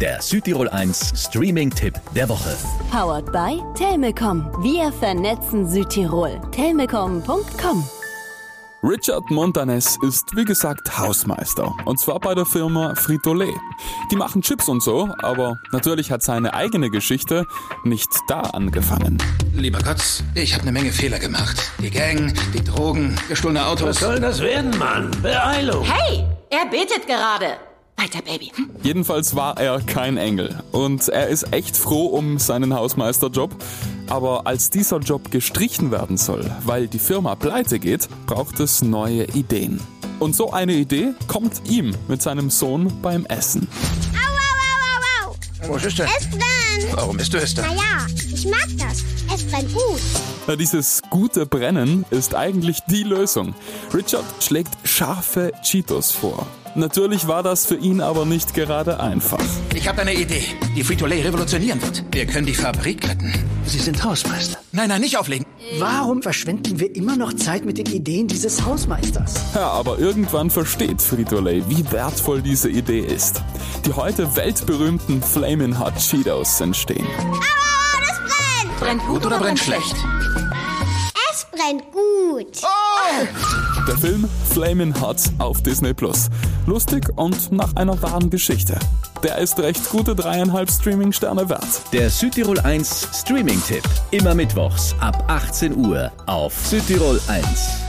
Der Südtirol 1 Streaming-Tipp der Woche. Powered by Telmecom. Wir vernetzen Südtirol. Telmecom.com Richard Montanes ist wie gesagt Hausmeister und zwar bei der Firma Frito-Lay. Die machen Chips und so, aber natürlich hat seine eigene Geschichte nicht da angefangen. Lieber Gott, ich habe eine Menge Fehler gemacht. Die Gang, die Drogen, gestohlene Autos. soll das werden, Mann? Beeilung! Hey, er betet gerade. Weiter, Baby. Hm? Jedenfalls war er kein Engel und er ist echt froh um seinen Hausmeisterjob. Aber als dieser Job gestrichen werden soll, weil die Firma pleite geht, braucht es neue Ideen. Und so eine Idee kommt ihm mit seinem Sohn beim Essen. Au, au, au, au, au. Was ist denn? Es brennt. Warum bist du es denn? Naja, ich mag das. Es brennt gut. Na, dieses gute Brennen ist eigentlich die Lösung. Richard schlägt scharfe Cheetos vor. Natürlich war das für ihn aber nicht gerade einfach. Ich habe eine Idee, die Frito-Lay revolutionieren wird. Wir können die Fabrik retten. Sie sind Hausmeister. Nein, nein, nicht auflegen. Warum verschwenden wir immer noch Zeit mit den Ideen dieses Hausmeisters? Ja, aber irgendwann versteht Frito-Lay, wie wertvoll diese Idee ist. Die heute weltberühmten Flamin' Hot Cheetos entstehen. Au, au, au, das brennt. Brennt Gut oder brennt schlecht? Es brennt gut. Der Film Flamin' Hot auf Disney Plus. Lustig und nach einer wahren Geschichte. Der ist recht gute dreieinhalb Streaming-Sterne wert. Der Südtirol 1 Streaming-Tipp. Immer mittwochs ab 18 Uhr auf Südtirol 1.